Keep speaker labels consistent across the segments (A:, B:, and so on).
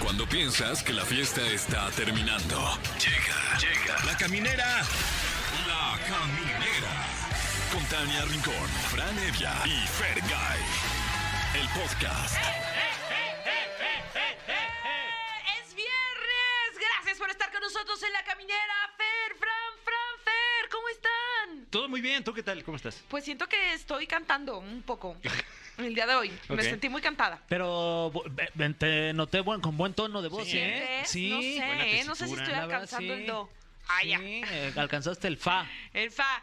A: Cuando piensas que la fiesta está terminando. Llega, llega. La caminera. La caminera. Con Tania Rincón, Fran Evia y Fer El podcast.
B: ¡Es viernes! Gracias por estar con nosotros en la caminera. Fer, Fran, Fran, Fer, ¿cómo están?
C: Todo muy bien, ¿tú qué tal? ¿Cómo estás?
B: Pues siento que estoy cantando un poco el día de hoy. Me
C: Ok.
B: sentí muy cantada.
D: Pero bu- ve- ve- te noté buen- con buen tono de voz,
C: Sí,
D: ¿eh?
B: ¿Ves? No
C: buena
B: sé, ¿eh? no sé si
C: tesitura.
B: estoy
D: La verdad,
B: alcanzando
D: sí.
B: el do. Ah, ya.
D: Sí, eh, alcanzaste el fa.
B: El fa.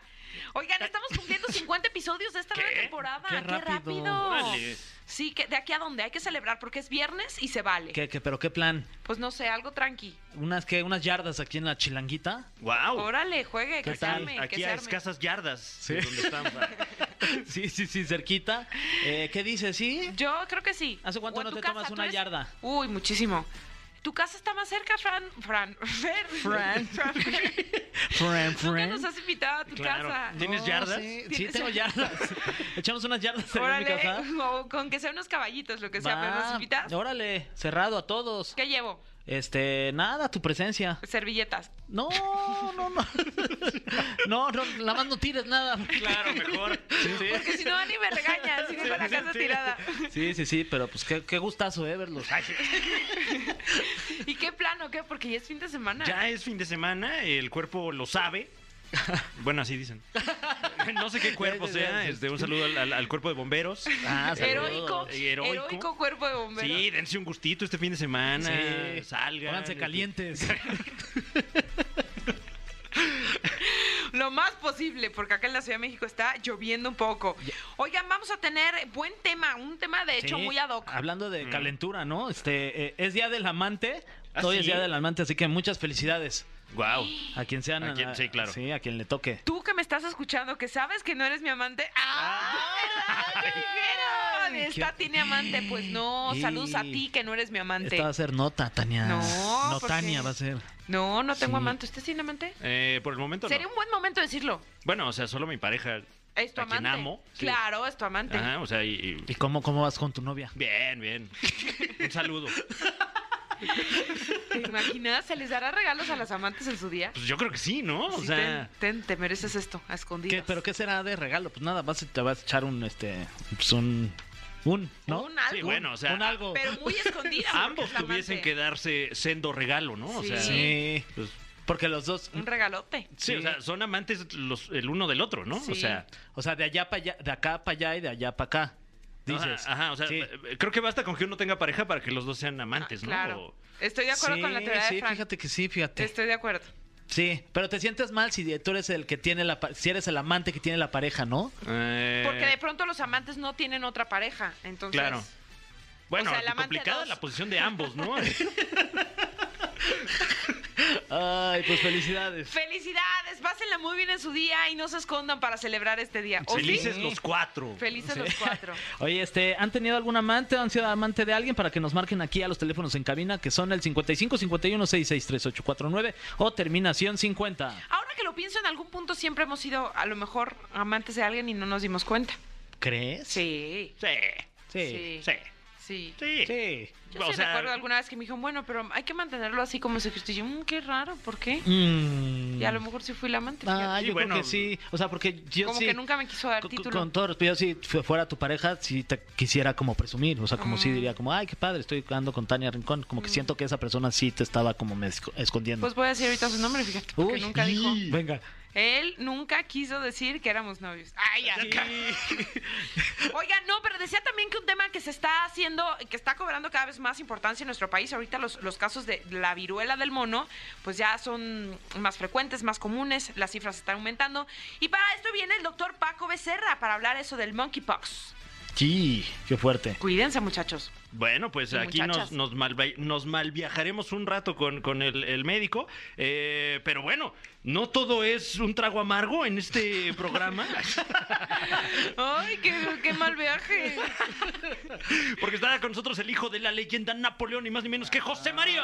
B: Oigan, estamos cumpliendo 50 episodios de esta nueva temporada.
D: Qué
B: ¡Qué rápido!
D: rápido.
C: Órale.
B: Sí, que de aquí a dónde hay que celebrar porque es viernes y se vale.
D: ¿Qué, qué- pero qué plan?
B: Pues no sé, algo tranqui.
D: ¿Unas, qué, ¿Unas yardas aquí en la chilanguita?
C: ¡Wow!
B: Órale, juegue, que
D: ¿Qué
B: se
D: tal?
B: arme, que
C: Oh. Aquí
B: se
C: a
B: arme.
C: escasas yardas. de Donde estamos.
D: Sí, sí, sí, cerquita. Eh, ¿Qué dices? ¿Sí?
B: Yo creo que sí.
D: ¿Hace cuánto
B: O en
D: no
B: tu
D: te
B: casa,
D: tomas
B: ¿tú
D: una
B: eres-
D: yarda?
B: Uy, muchísimo. Tu casa está más cerca, Fran. Fran. Fer.
D: Fran.
B: Fran. Fer.
D: Friend,
B: Nunca nos has invitado a tu
C: Claro.
B: casa.
C: ¿Tienes
D: No,
C: yardas?
D: Sí, sí,
B: ¿Tienes-
D: tengo yardas. Echamos unas yardas ahí en mi
B: Órale.
D: casa.
B: O con que sean unos caballitos, lo que sea, pero
D: Va,
B: nos invitas.
D: Órale, cerrado a todos.
B: ¿Qué llevo?
D: Este, nada, tu presencia.
B: Servilletas.
D: No, no, no. No, no, nada más no tires nada.
C: claro, mejor.
B: Porque si no, ni me regañas si dejo la casa tirada.
D: Sí, sí, sí, pero pues qué, qué gustazo, ¿eh? Verlos. Ay,
B: ¿Y qué plano? ¿Qué? Porque ya es fin de semana.
C: Ya es fin de semana, el cuerpo lo sabe. Bueno, así dicen. No sé qué cuerpo sea. Este, un saludo al, al- al cuerpo de bomberos.
D: Ah, saludos.
B: Heroico,
C: Eh, heroico.
B: heroico cuerpo de bombero.
C: Sí, dense un gustito este fin de semana.
D: Sí.
C: Salgan.
D: Pónganse calientes.
B: Lo más posible, porque acá en la Ciudad de México está lloviendo un poco. Oigan, vamos a tener buen tema, un tema de hecho
D: Sí,
B: muy ad hoc.
D: Hablando de
C: Mm.
D: calentura, ¿no? Este, eh, es Día del Amante.
C: ¿Ah,
D: Hoy es
C: sí?
D: Día del Amante, así que muchas felicidades
C: ¡Wow!
D: a quien sean.
C: A quien- sí, claro.
D: Sí, a quien le toque.
B: Tú que me estás escuchando, que sabes que no eres mi amante. ¡Ah! ¿verdad? Me dijeron,
D: Ay,
B: Esta
D: qué-
B: tiene amante. Pues no,
D: Y-
B: saludos a ti que no eres mi amante.
D: Esta va a ser nota, Tania.
B: No, ¿por
D: Tania
B: qué?
D: va a ser.
B: No, no tengo
D: Sí.
B: amante. ¿Usted tiene amante?
C: Eh, por el momento
B: Sería
C: no.
B: un buen momento decirlo.
C: Bueno, o sea, solo mi pareja.
B: Es tu
C: a
B: amante.
C: quien amo. sí.
B: Claro, es tu amante.
C: Ajá, o sea, y- y
D: ¿Y cómo, cómo vas con tu novia?
C: Bien, bien. Un saludo.
B: ¿Te imaginas? ¿Se les dará regalos a las amantes en su día?
C: Pues yo creo que sí, ¿no? O
B: Sí,
C: sea,
B: ten, ten, te mereces esto, a escondidas.
D: ¿Qué- ¿Pero qué será de regalo? Pues nada, vas, a- te vas a echar un, este, pues un, un, ¿no?
B: Un algo.
C: Sí, bueno, o sea,
D: un algo.
B: Pero muy escondida. porque
C: ambos
B: es la
C: tuviesen
B: amante.
C: que darse sendo regalo, ¿no? O
B: Sí.
C: sea,
D: Sí,
C: pues,
D: porque los dos,
B: Un regalote.
C: sí, o sea, son amantes los, el uno del otro, ¿no?
B: Sí.
C: O sea,
D: o sea, de allá para allá, de acá para allá y de allá para acá. Dices.
C: Ajá, ajá, o sea, eh,
D: Sí.
C: creo que basta con que uno tenga pareja para que los dos sean amantes,
B: Ah,
C: ¿no?
B: Claro.
C: O-
B: Estoy de acuerdo
D: Sí,
B: con la teoría
D: sí,
B: de Frank. Este
D: fíjate que sí, fíjate.
B: Estoy de acuerdo.
D: Sí, pero te sientes mal si tú eres el que tiene la pa- si eres el amante que tiene la pareja, ¿no?
C: eh,
B: Porque de pronto los amantes no tienen otra pareja. Entonces.
C: Claro. bueno,
B: o sea, el amante
C: complicada
B: dos.
C: la posición de ambos, ¿no? Eh,
D: Ay, pues felicidades.
B: Felicidades, pásenla muy bien en su día y no se escondan para celebrar este día. ¿O sí?
C: Felices los cuatro.
B: Felices los cuatro.
D: Oye, este, ¿han tenido algún amante o han sido amante de alguien? Para que nos marquen aquí a los teléfonos en cabina, que son el 55 51 66 3849 o terminación 50.
B: Ahora que lo pienso, en algún punto siempre hemos sido a lo mejor amantes de alguien y no nos dimos cuenta.
D: ¿Crees?
B: Sí.
C: Sí,
D: Sí.
B: Sí.
C: sí, sí.
B: Sí.
D: Sí.
B: Yo
C: O
B: sí
C: sea,
B: recuerdo alguna vez que me dijo, bueno, pero hay que mantenerlo así como se que yo, "Mm, qué raro, ¿por qué?
D: Mm.
B: Y a lo mejor sí fui la amante.
D: Ah,
B: fíjate.
D: yo
C: Y bueno,
D: creo que sí. O sea, porque yo
B: como
D: sí.
B: que nunca me quiso dar
D: Con-
B: título.
D: Con todo respeto, yo si fu- fuera tu pareja, si te quisiera como presumir, o sea, como si
B: Mm.
D: diría como, ay, qué padre, estoy jugando con Tania Rincón, como que siento que esa persona sí te estaba como me esco- escondiendo.
B: Pues voy a decir ahorita su nombre, fíjate, porque
D: Uy,
B: nunca dijo.
D: y- Venga.
B: Él nunca quiso decir que éramos novios. Ay, acá. Oiga, no, pero decía también que un tema que se está haciendo, que está cobrando cada vez más importancia en nuestro país, ahorita los, los casos de la viruela del mono, pues ya son más frecuentes, más comunes, las cifras están aumentando. Y para esto viene el doctor Paco Becerra para hablar eso del monkeypox.
D: Sí, qué fuerte.
B: Cuídense, muchachos.
C: Bueno, pues
B: Y
C: aquí
B: muchachas.
C: nos, nos, malva- nos malviajaremos un rato con, con el, el médico, eh, pero bueno, no todo es un trago amargo en este programa,
B: Ay, qué, qué mal viaje.
C: porque está con nosotros el hijo de la leyenda Napoleón y más ni menos que José
B: Ah.
C: María.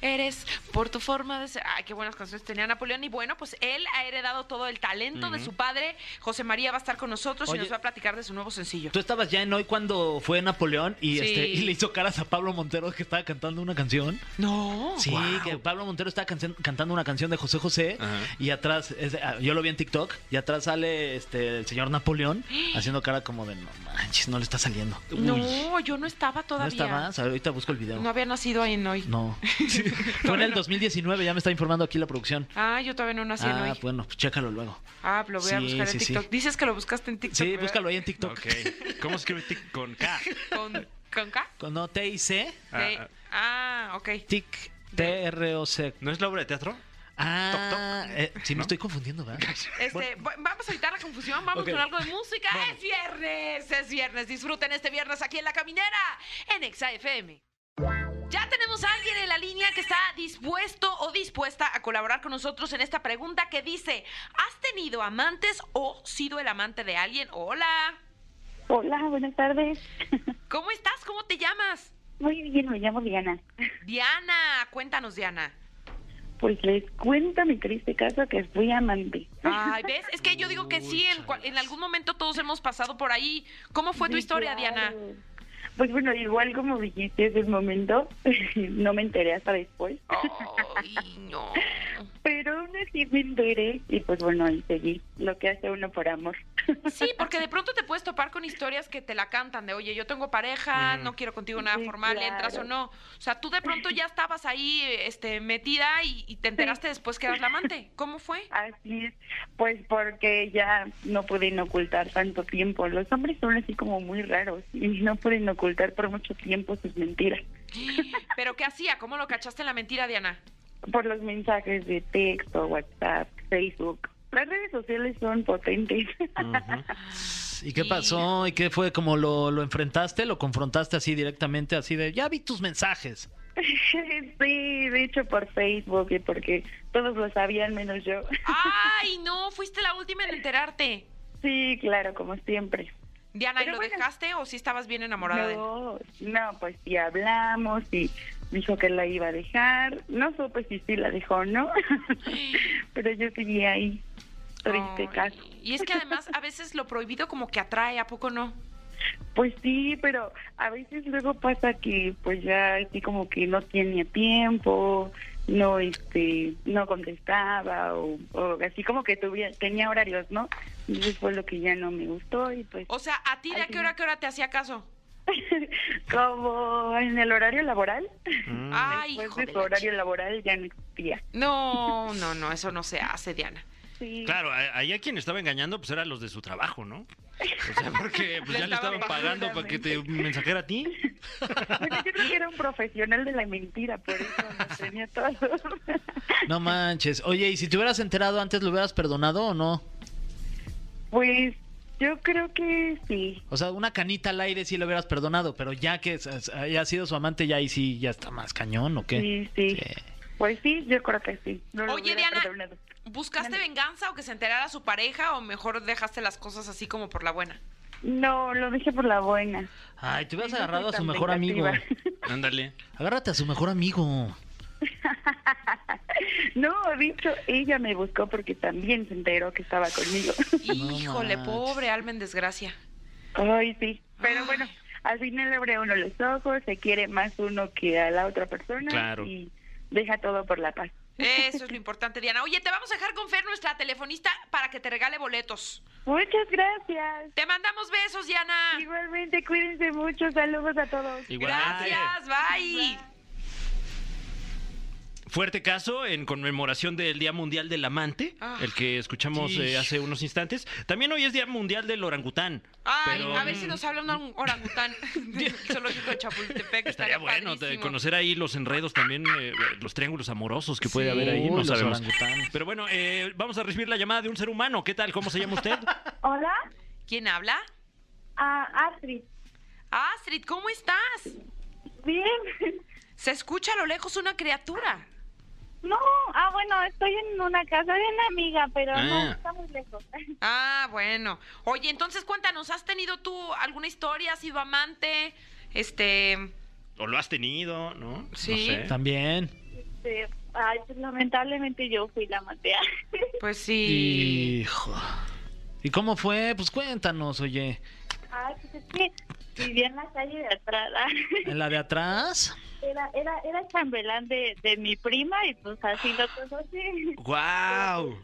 B: Eres por tu forma de ser. Ay, qué buenas canciones tenía Napoleón. Y bueno, pues él ha heredado todo el talento de su padre. José María va a estar con nosotros y
D: Oye.
B: nos va a platicar de su nuevo sencillo.
D: Tú estabas ya en hoy cuando fue Napoleón y
B: Sí.
D: este y y le hizo caras a Pablo Montero que estaba cantando una canción.
B: No.
D: Sí, que Pablo Montero estaba cancion- cantando una canción de José José
C: Ajá.
D: y atrás, es- ah, yo lo vi en TikTok, y atrás sale este el señor Napoleón haciendo cara como de no manches, no le está saliendo.
B: No, yo no estaba
D: No
B: todavía.
D: está más, ahorita busco el video.
B: No
D: No.
B: había nacido ahí en hoy.
D: Fue en el 2019, ya me está informando aquí la producción.
B: Ah, yo todavía no nací en
D: Ah,
B: hoy.
D: bueno, pues chécalo luego.
B: Ah, lo voy a
D: Sí,
B: buscar
D: sí,
B: en
D: sí.
B: TikTok. Dices que lo buscaste en TikTok.
D: Sí,
B: ¿verdad?
D: búscalo ahí en TikTok.
C: Ok. ¿Cómo escribe tic con K?
B: ¿Con, con K?
D: Con no, T I C,
C: Ah,
B: De-
C: ah.
B: Ah, ok.
D: TIC, T R O C.
C: ¿No es la obra de teatro?
D: Ah, eh, sí, me
C: ¿No?
D: estoy confundiendo, ¿verdad?
B: Este, va- vamos a evitar la confusión, vamos
D: Ok.
B: con algo de música. Es viernes, es viernes. Disfruten este viernes aquí en La Caminera, en Exa FM. Ya tenemos a alguien en la línea que está dispuesto o dispuesta a colaborar con nosotros en esta pregunta que dice, ¿has tenido amantes o sido el amante de alguien? Hola.
E: Hola, buenas tardes.
B: ¿Cómo estás? ¿Cómo te llamas?
E: Muy bien, me llamo Diana.
B: Diana, cuéntanos Diana.
E: Pues les cuento mi triste caso que fui amante.
B: Ay, ¿ves? Es que yo digo que
C: Uy,
B: sí, en, cual- en algún momento todos hemos pasado por ahí. ¿Cómo fue tu
E: Sí,
B: historia, Diana?
E: claro. Pues bueno, igual como dijiste desde el momento, no me enteré hasta después,
B: Ay, no.
E: pero aún así me enteré y pues bueno, ahí seguí lo que hace uno por amor.
B: Sí, porque de pronto te puedes topar con historias que te la cantan de, oye, yo tengo pareja,
C: Ujú.
B: no quiero contigo nada
E: Sí,
B: formal,
E: claro.
B: entras o no. O sea, tú de pronto ya estabas ahí este, metida y, y te enteraste después que eras la amante. ¿Cómo fue?
E: Así es, pues porque ya no pueden ocultar tanto tiempo. Los hombres son así como muy raros y no pueden ocultar por mucho tiempo sus mentiras.
B: ¿Pero qué hacía? ¿Cómo lo cachaste en la mentira, Diana?
E: por los mensajes de texto, WhatsApp, Facebook. Las redes sociales son potentes.
D: ¿Y qué
B: Sí.
D: pasó? ¿Y qué fue? ¿Cómo lo, lo enfrentaste? ¿Lo confrontaste así directamente? Así de, ya vi tus mensajes.
E: sí, de hecho por Facebook y porque todos lo sabían menos yo.
B: Ay, no, fuiste la última en enterarte.
E: Sí, claro, como siempre.
B: Diana, ¿y
E: Pero
B: lo
E: bueno.
B: dejaste o sí estabas bien enamorada de él?
E: No, no, pues sí hablamos y dijo que la iba a dejar. No supe si sí la dejó o no, pero yo seguía ahí. Triste
B: Ay,
E: caso.
B: Y es que además a veces lo prohibido como que atrae, ¿a poco no?
E: Pues sí, pero a veces luego pasa que pues ya así como que no tenía tiempo, no este, no contestaba o, o así como que tuviera, tenía horarios, ¿no? Entonces fue lo que ya no me gustó y pues
B: O sea, ¿a ti de
E: Ay,
B: a qué
E: sí.
B: hora a qué hora te hacía caso?
E: como en el horario laboral,
C: Mm.
B: Ay,
E: pues
B: hijo
E: de
B: de
E: su
B: la
E: horario laboral ya no existía.
B: ch- No, no, no, eso no se hace, Diana.
E: Sí.
C: Claro, a- ahí a quien estaba engañando pues eran los de su trabajo, ¿no? O sea, porque pues,
B: Le
C: ya le
B: estaban
C: estaban pagando para que te mensajera a ti.
E: Bueno, yo creo que era un profesional de la mentira, por eso nos tenía todos.
D: No manches. Oye, ¿y si te hubieras enterado antes, lo hubieras perdonado o no?
E: pues yo creo que sí.
D: O sea, una canita al aire sí lo hubieras perdonado, pero ya que es- es- haya sido su amante, ya ahí sí, ya está más cañón o qué.
E: Sí, sí. Pues sí, yo creo que sí. No lo
B: Oye,
E: hubiera
B: Diana.
E: perdonado.
B: ¿Buscaste
E: Mande.
B: venganza o que se enterara su pareja o mejor dejaste las cosas así como por la buena?
E: No, lo dije por la buena.
D: Ay, te hubieras
E: Sí, no soy
D: agarrado a su
E: tan
D: mejor amigo.
E: vengativa.
C: Ándale.
D: Agárrate a su mejor amigo.
E: No, de hecho, ella me buscó porque también se enteró que estaba conmigo.
B: Híjole,
D: manches.
B: pobre alma en desgracia.
E: Ay, sí. Pero
B: Ay.
E: bueno, al final abre uno los ojos, se quiere más uno que a la otra persona.
C: Claro.
E: Y deja todo por la paz.
B: Eso es lo importante, Diana. Oye, te vamos a dejar con Fer, nuestra telefonista, para que te regale boletos.
E: Muchas gracias.
B: Te mandamos besos,
D: Ah.
B: Diana.
E: Igualmente, cuídense mucho. Saludos a todos.
C: Igualmente.
B: Gracias, bye.
C: Fuerte caso en conmemoración del Día Mundial del Amante,
B: Ah.
C: el que escuchamos
D: Sí.
C: eh, hace unos instantes. También hoy es Día Mundial del Orangután.
B: Ay,
C: pero- mm,
B: a ver si nos habla un orangután del zoológico de Chapultepec.
C: Estaría bueno te-
B: padrísimo.
C: conocer ahí los enredos también, eh, los triángulos amorosos que puede
B: Sí.
C: haber ahí,
D: Uy,
C: no
D: los
C: sabemos.
D: orangutanes.
C: Pero bueno, eh, vamos a recibir la llamada de un ser humano. ¿Qué tal? ¿Cómo se llama usted?
E: Hola,
B: ¿Quién habla?
E: a Astrid.
B: Astrid, ¿cómo estás?
E: Bien.
B: Se escucha a lo lejos una criatura.
E: No, ah, bueno, estoy en una casa de una amiga, pero
C: Ah.
E: no, está muy lejos.
B: Ah, bueno. Oye, entonces cuéntanos, ¿has tenido tú alguna historia? ¿Has sido amante? Este,
C: ¿O lo has tenido? ¿No?
B: Sí.
C: No sé.
D: También.
E: Este, ay, pues, lamentablemente yo fui la matea.
B: pues sí.
D: Hijo. ¿Y cómo fue? Pues cuéntanos, oye.
E: Ay, pues es que Vivía en la calle de atrás.
D: ¿En la de atrás?
E: Era, era, era chambelán de, de mi prima y pues así lo conocí.
C: ¡Wow!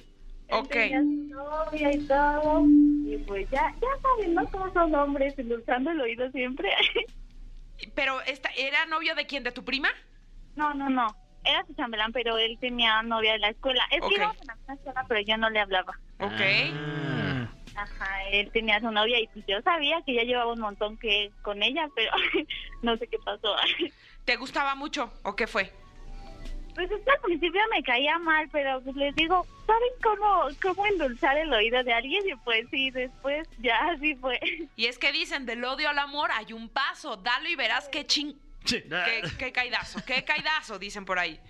B: Ok.
E: Tenía su novia y todo. Y pues ya, ya saben, ¿no? Cómo son hombres, endulzando el oído siempre.
B: Pero esta, ¿era novio de quién? ¿De tu prima?
E: No, no, no. Era su chambelán, pero él tenía novia en la escuela. Es
B: Ok.
E: que íbamos en la misma escuela, pero yo no le hablaba.
B: Ok.
C: Ah.
E: Ajá, él tenía su novia y pues, yo sabía que ya llevaba un montón que con ella, pero no sé qué pasó.
B: ¿Te gustaba mucho o qué fue?
E: Pues es que al principio me caía mal, pero pues les digo, ¿saben cómo, cómo endulzar el oído de alguien? Y pues sí, después ya así fue.
B: Y es que dicen, del odio al amor hay un paso, dalo y verás qué ching...
C: Sí.
B: Qué, qué caidazo, qué caidazo, dicen por ahí.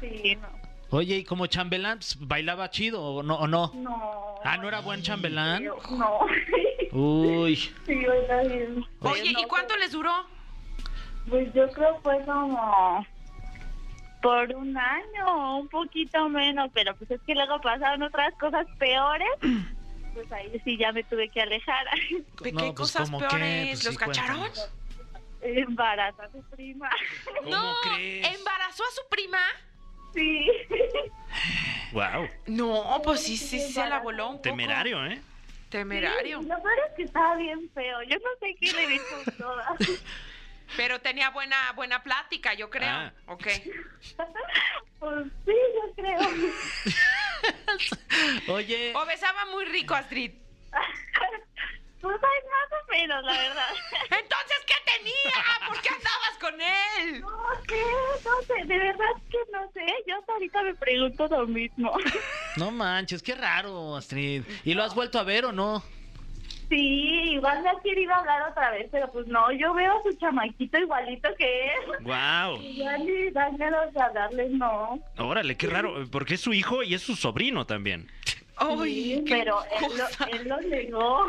E: Sí, no.
D: Oye, ¿y como chambelán pues, bailaba chido o no? o no?
E: No.
D: Ah, ¿no era buen chambelán?
E: No.
D: Uy.
E: sí, oiga, bien.
B: Oye,
E: No,
B: ¿y cuánto les duró?
E: Pues yo creo fue como por un año, un poquito menos, pero pues es que luego pasaron otras cosas peores. Pues ahí sí ya me tuve que alejar.
B: ¿Qué
D: No, pues,
B: cosas
D: ¿cómo qué?
B: peores?
D: Pues,
B: ¿Los
D: sí,
B: cacharon?
D: cuéntanos.
E: Embaraza a su prima.
C: ¿Cómo
B: no,
C: crees?
B: ¿embarazó a su prima?
E: Sí.
C: ¡Wow!
B: No, pues sí, sí, sí, se la voló un poco.
C: Temerario, ¿eh?
B: Temerario.
E: Sí, Lo peor es que estaba bien feo. Yo no sé qué le dijo toda.
B: Pero tenía buena, buena plática, yo creo.
C: Ah.
B: Ok.
E: Pues sí, yo creo.
D: Oye,
B: O besaba muy rico, Astrid.
E: Pues hay más o menos, la verdad.
B: Entonces, ¿qué tenía? ¿Por qué andabas con él?
E: No sé, no sé, de verdad que no sé. Yo hasta ahorita me pregunto lo mismo.
D: no manches, qué raro, Astrid. ¿Y lo has vuelto a ver o no?
E: Sí, igual me ha querido hablar otra vez, pero pues no, yo veo a su chamaquito igualito que él.
C: ¡Wow!
E: Igual ni dan ganas de hablarles, no.
C: Órale, qué raro, porque es su hijo y es su sobrino también.
E: Sí,
B: Ay, qué
E: pero eh, él
B: cosa.
E: lo, él lo negó.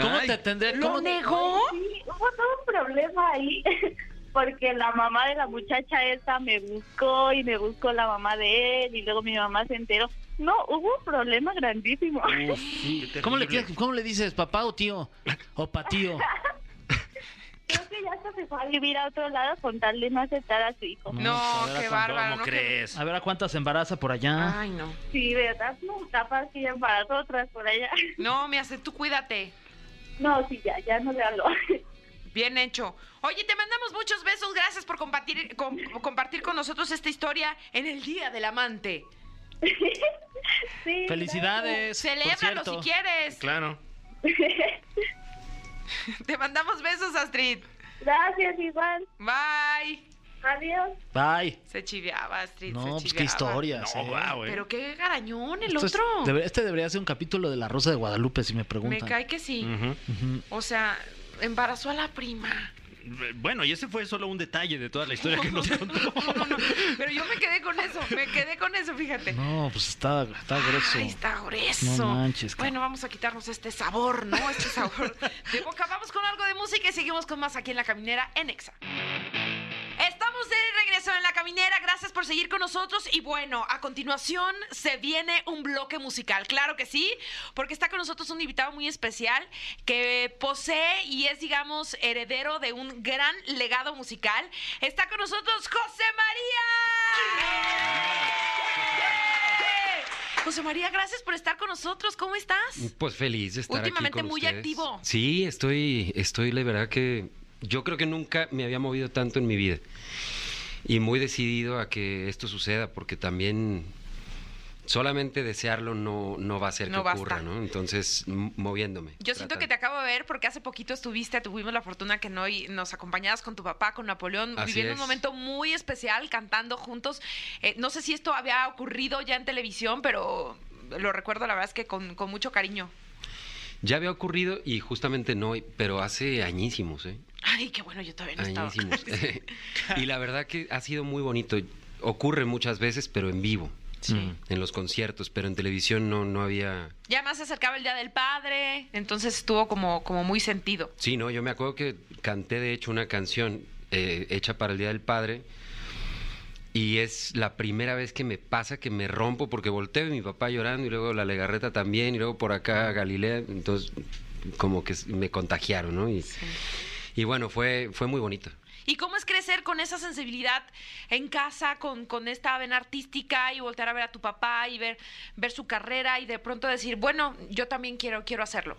D: ¿Cómo
C: Ay.
D: te tendré?
B: ¿Lo
D: ¿Cómo te-
B: negó?
E: Sí, hubo todo un problema ahí. Porque la mamá de la muchacha esa me buscó y me buscó la mamá de él y luego mi mamá se enteró. No, hubo un problema grandísimo.
D: ¿Cómo le, quieres- ¿Cómo le dices, papá o tío? O patío.
E: Creo que ya hasta se fue a vivir a otro lado con tal de no aceptar a su hijo.
B: No,
C: Ahora,
B: qué
C: ¿cómo
B: bárbaro. no, qué-
C: crees?
D: A ver a cuántas embaraza por allá.
B: Ay, no.
E: Sí, ¿verdad? No, capaz que ya para otras por allá.
B: No, me hace, tú cuídate.
E: No, sí, ya, ya no le hablo.
B: Bien hecho. Oye, te mandamos muchos besos. Gracias por compartir, com- compartir con nosotros esta historia en el Día del Amante.
E: Sí,
D: Felicidades. por
B: Celébralo si
D: cierto.
B: quieres.
C: Claro.
B: Te mandamos besos, Astrid.
E: Gracias, Iván.
B: Bye.
E: Adiós.
D: Bye.
B: Se chiveaba, Astrid.
D: No,
B: se
D: pues qué
B: chiveaba.
D: historia.
C: No, wow, eh.
B: Pero qué garañón el
D: Esto es-
B: otro.
D: debe- este debería ser un capítulo de La Rosa de Guadalupe, si me
B: Me
D: preguntan.
B: cae que sí.
D: Mm.
C: Ujú.
D: Ujú.
B: O sea, embarazó a la prima.
C: Bueno, y ese fue solo un detalle de toda la historia que nos contó.
B: No, no, pero yo me quedé con eso, me quedé con eso, fíjate.
D: No, pues está, está grueso.
B: Ay, está grueso.
D: No manches, cara.
B: bueno, vamos a quitarnos este sabor, ¿no? Este sabor de boca. Vamos con algo de música y seguimos con más aquí en La Caminera en Exa. Estamos de regreso en La Caminera. Gracias por seguir con nosotros. Y bueno, a continuación se viene un bloque musical. Claro que sí, porque está con nosotros un invitado muy especial que posee y es, digamos, heredero de un gran legado musical. Está con nosotros José María. José María, gracias por estar con nosotros. ¿Cómo estás?
F: Pues feliz de estar aquí
B: Últimamente
F: con
B: muy
F: ustedes.
B: activo.
F: Sí, estoy, estoy, la verdad que yo creo que nunca me había movido tanto en mi vida y muy decidido a que esto suceda, porque también solamente desearlo no, no va a hacer
B: No
F: que
B: basta.
F: ocurra, ¿no? Entonces, m- moviéndome.
B: Yo siento que te
F: tratando.
B: acabo de ver porque hace poquito estuviste, tuvimos la fortuna que no y nos acompañabas con tu papá, con Napoleón,
F: Así
B: viviendo un
F: es.
B: momento muy especial, cantando juntos. Eh, no sé si esto había ocurrido ya en televisión, pero lo recuerdo la verdad es que con, con mucho cariño.
F: Ya había ocurrido y justamente no, pero hace añísimos, ¿eh?
B: Ay, qué bueno, yo todavía no estaba.
F: Añísimos. y la verdad que ha sido muy bonito. Ocurre muchas veces, pero en vivo,
D: Sí.
F: en los conciertos, pero en televisión no, no había...
B: Ya más se acercaba el Día del Padre, entonces estuvo como, como muy sentido.
F: Sí, no, yo me acuerdo que canté de hecho una canción eh, hecha para el Día del Padre y es la primera vez que me pasa que me rompo porque volteo y mi papá llorando y luego la legarreta también y luego por acá Galilea, entonces como que s- me contagiaron, ¿no? Y, Y bueno, fue, fue muy bonito.
B: ¿Y cómo es crecer con esa sensibilidad en casa, con, con esta vena artística y voltear a ver a tu papá y ver, ver su carrera y de pronto decir, bueno, yo también quiero, quiero hacerlo?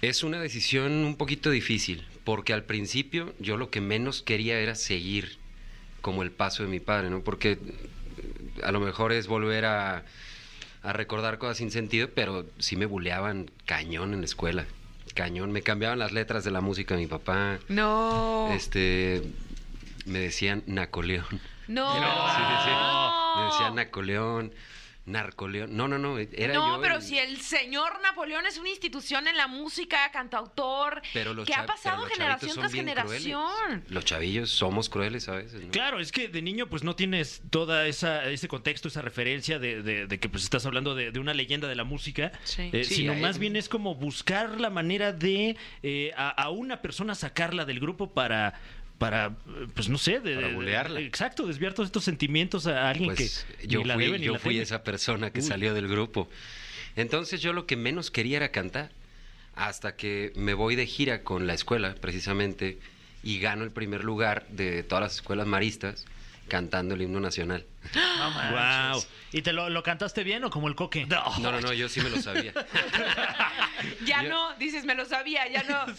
F: Es una decisión un poquito difícil, porque al principio yo lo que menos quería era seguir como el paso de mi padre, ¿no? Porque eh, a lo mejor es volver a, a recordar cosas sin sentido, pero sí me buleaban cañón en la escuela. Cañón, me cambiaban las letras de la música de mi papá.
B: No.
F: Este, me decían Nacoleón.
B: No.
F: Sí, sí, sí. Me decían
B: no.
F: Nacoleón, Narcoleón. No, no, no, era
B: No,
F: yo
B: pero
F: el-
B: si el señor Napoleón es una institución en la música, cantautor,
F: Pero los
B: que ha
F: cha- pero
B: pasado
F: los chavitos
B: generación
F: son
B: tras
F: bien
B: generación.
F: crueles. Los chavillos somos crueles a veces, ¿no?
C: Claro, es que de niño pues no tienes toda esa ese contexto, esa referencia de, de- de que pues estás hablando de, de una leyenda de la música,
B: Sí.
C: eh,
F: Sí,
C: sino
F: ahí-
C: más bien es como buscar la manera de eh, a, a una persona sacarla del grupo para para eh, pues no sé, de,
F: Para
C: de-
F: bulearla.
C: exacto, desviar todos estos sentimientos a alguien
F: Pues
C: que
F: yo
C: ni la
F: fui,
C: debe ni
F: yo
C: la
F: fui
C: teme.
F: esa persona que
C: Uy.
F: salió del grupo. Entonces yo lo que menos quería era cantar. Hasta que me voy de gira con la escuela, precisamente, y gano el primer lugar de todas las escuelas maristas cantando el himno nacional.
D: No manches.
C: Wow.
D: ¿Y te lo, lo cantaste bien o como el coque?
F: No, no, no, yo sí me lo sabía.
B: Ya
F: Yo-
B: no, dices, me lo sabía, ya no.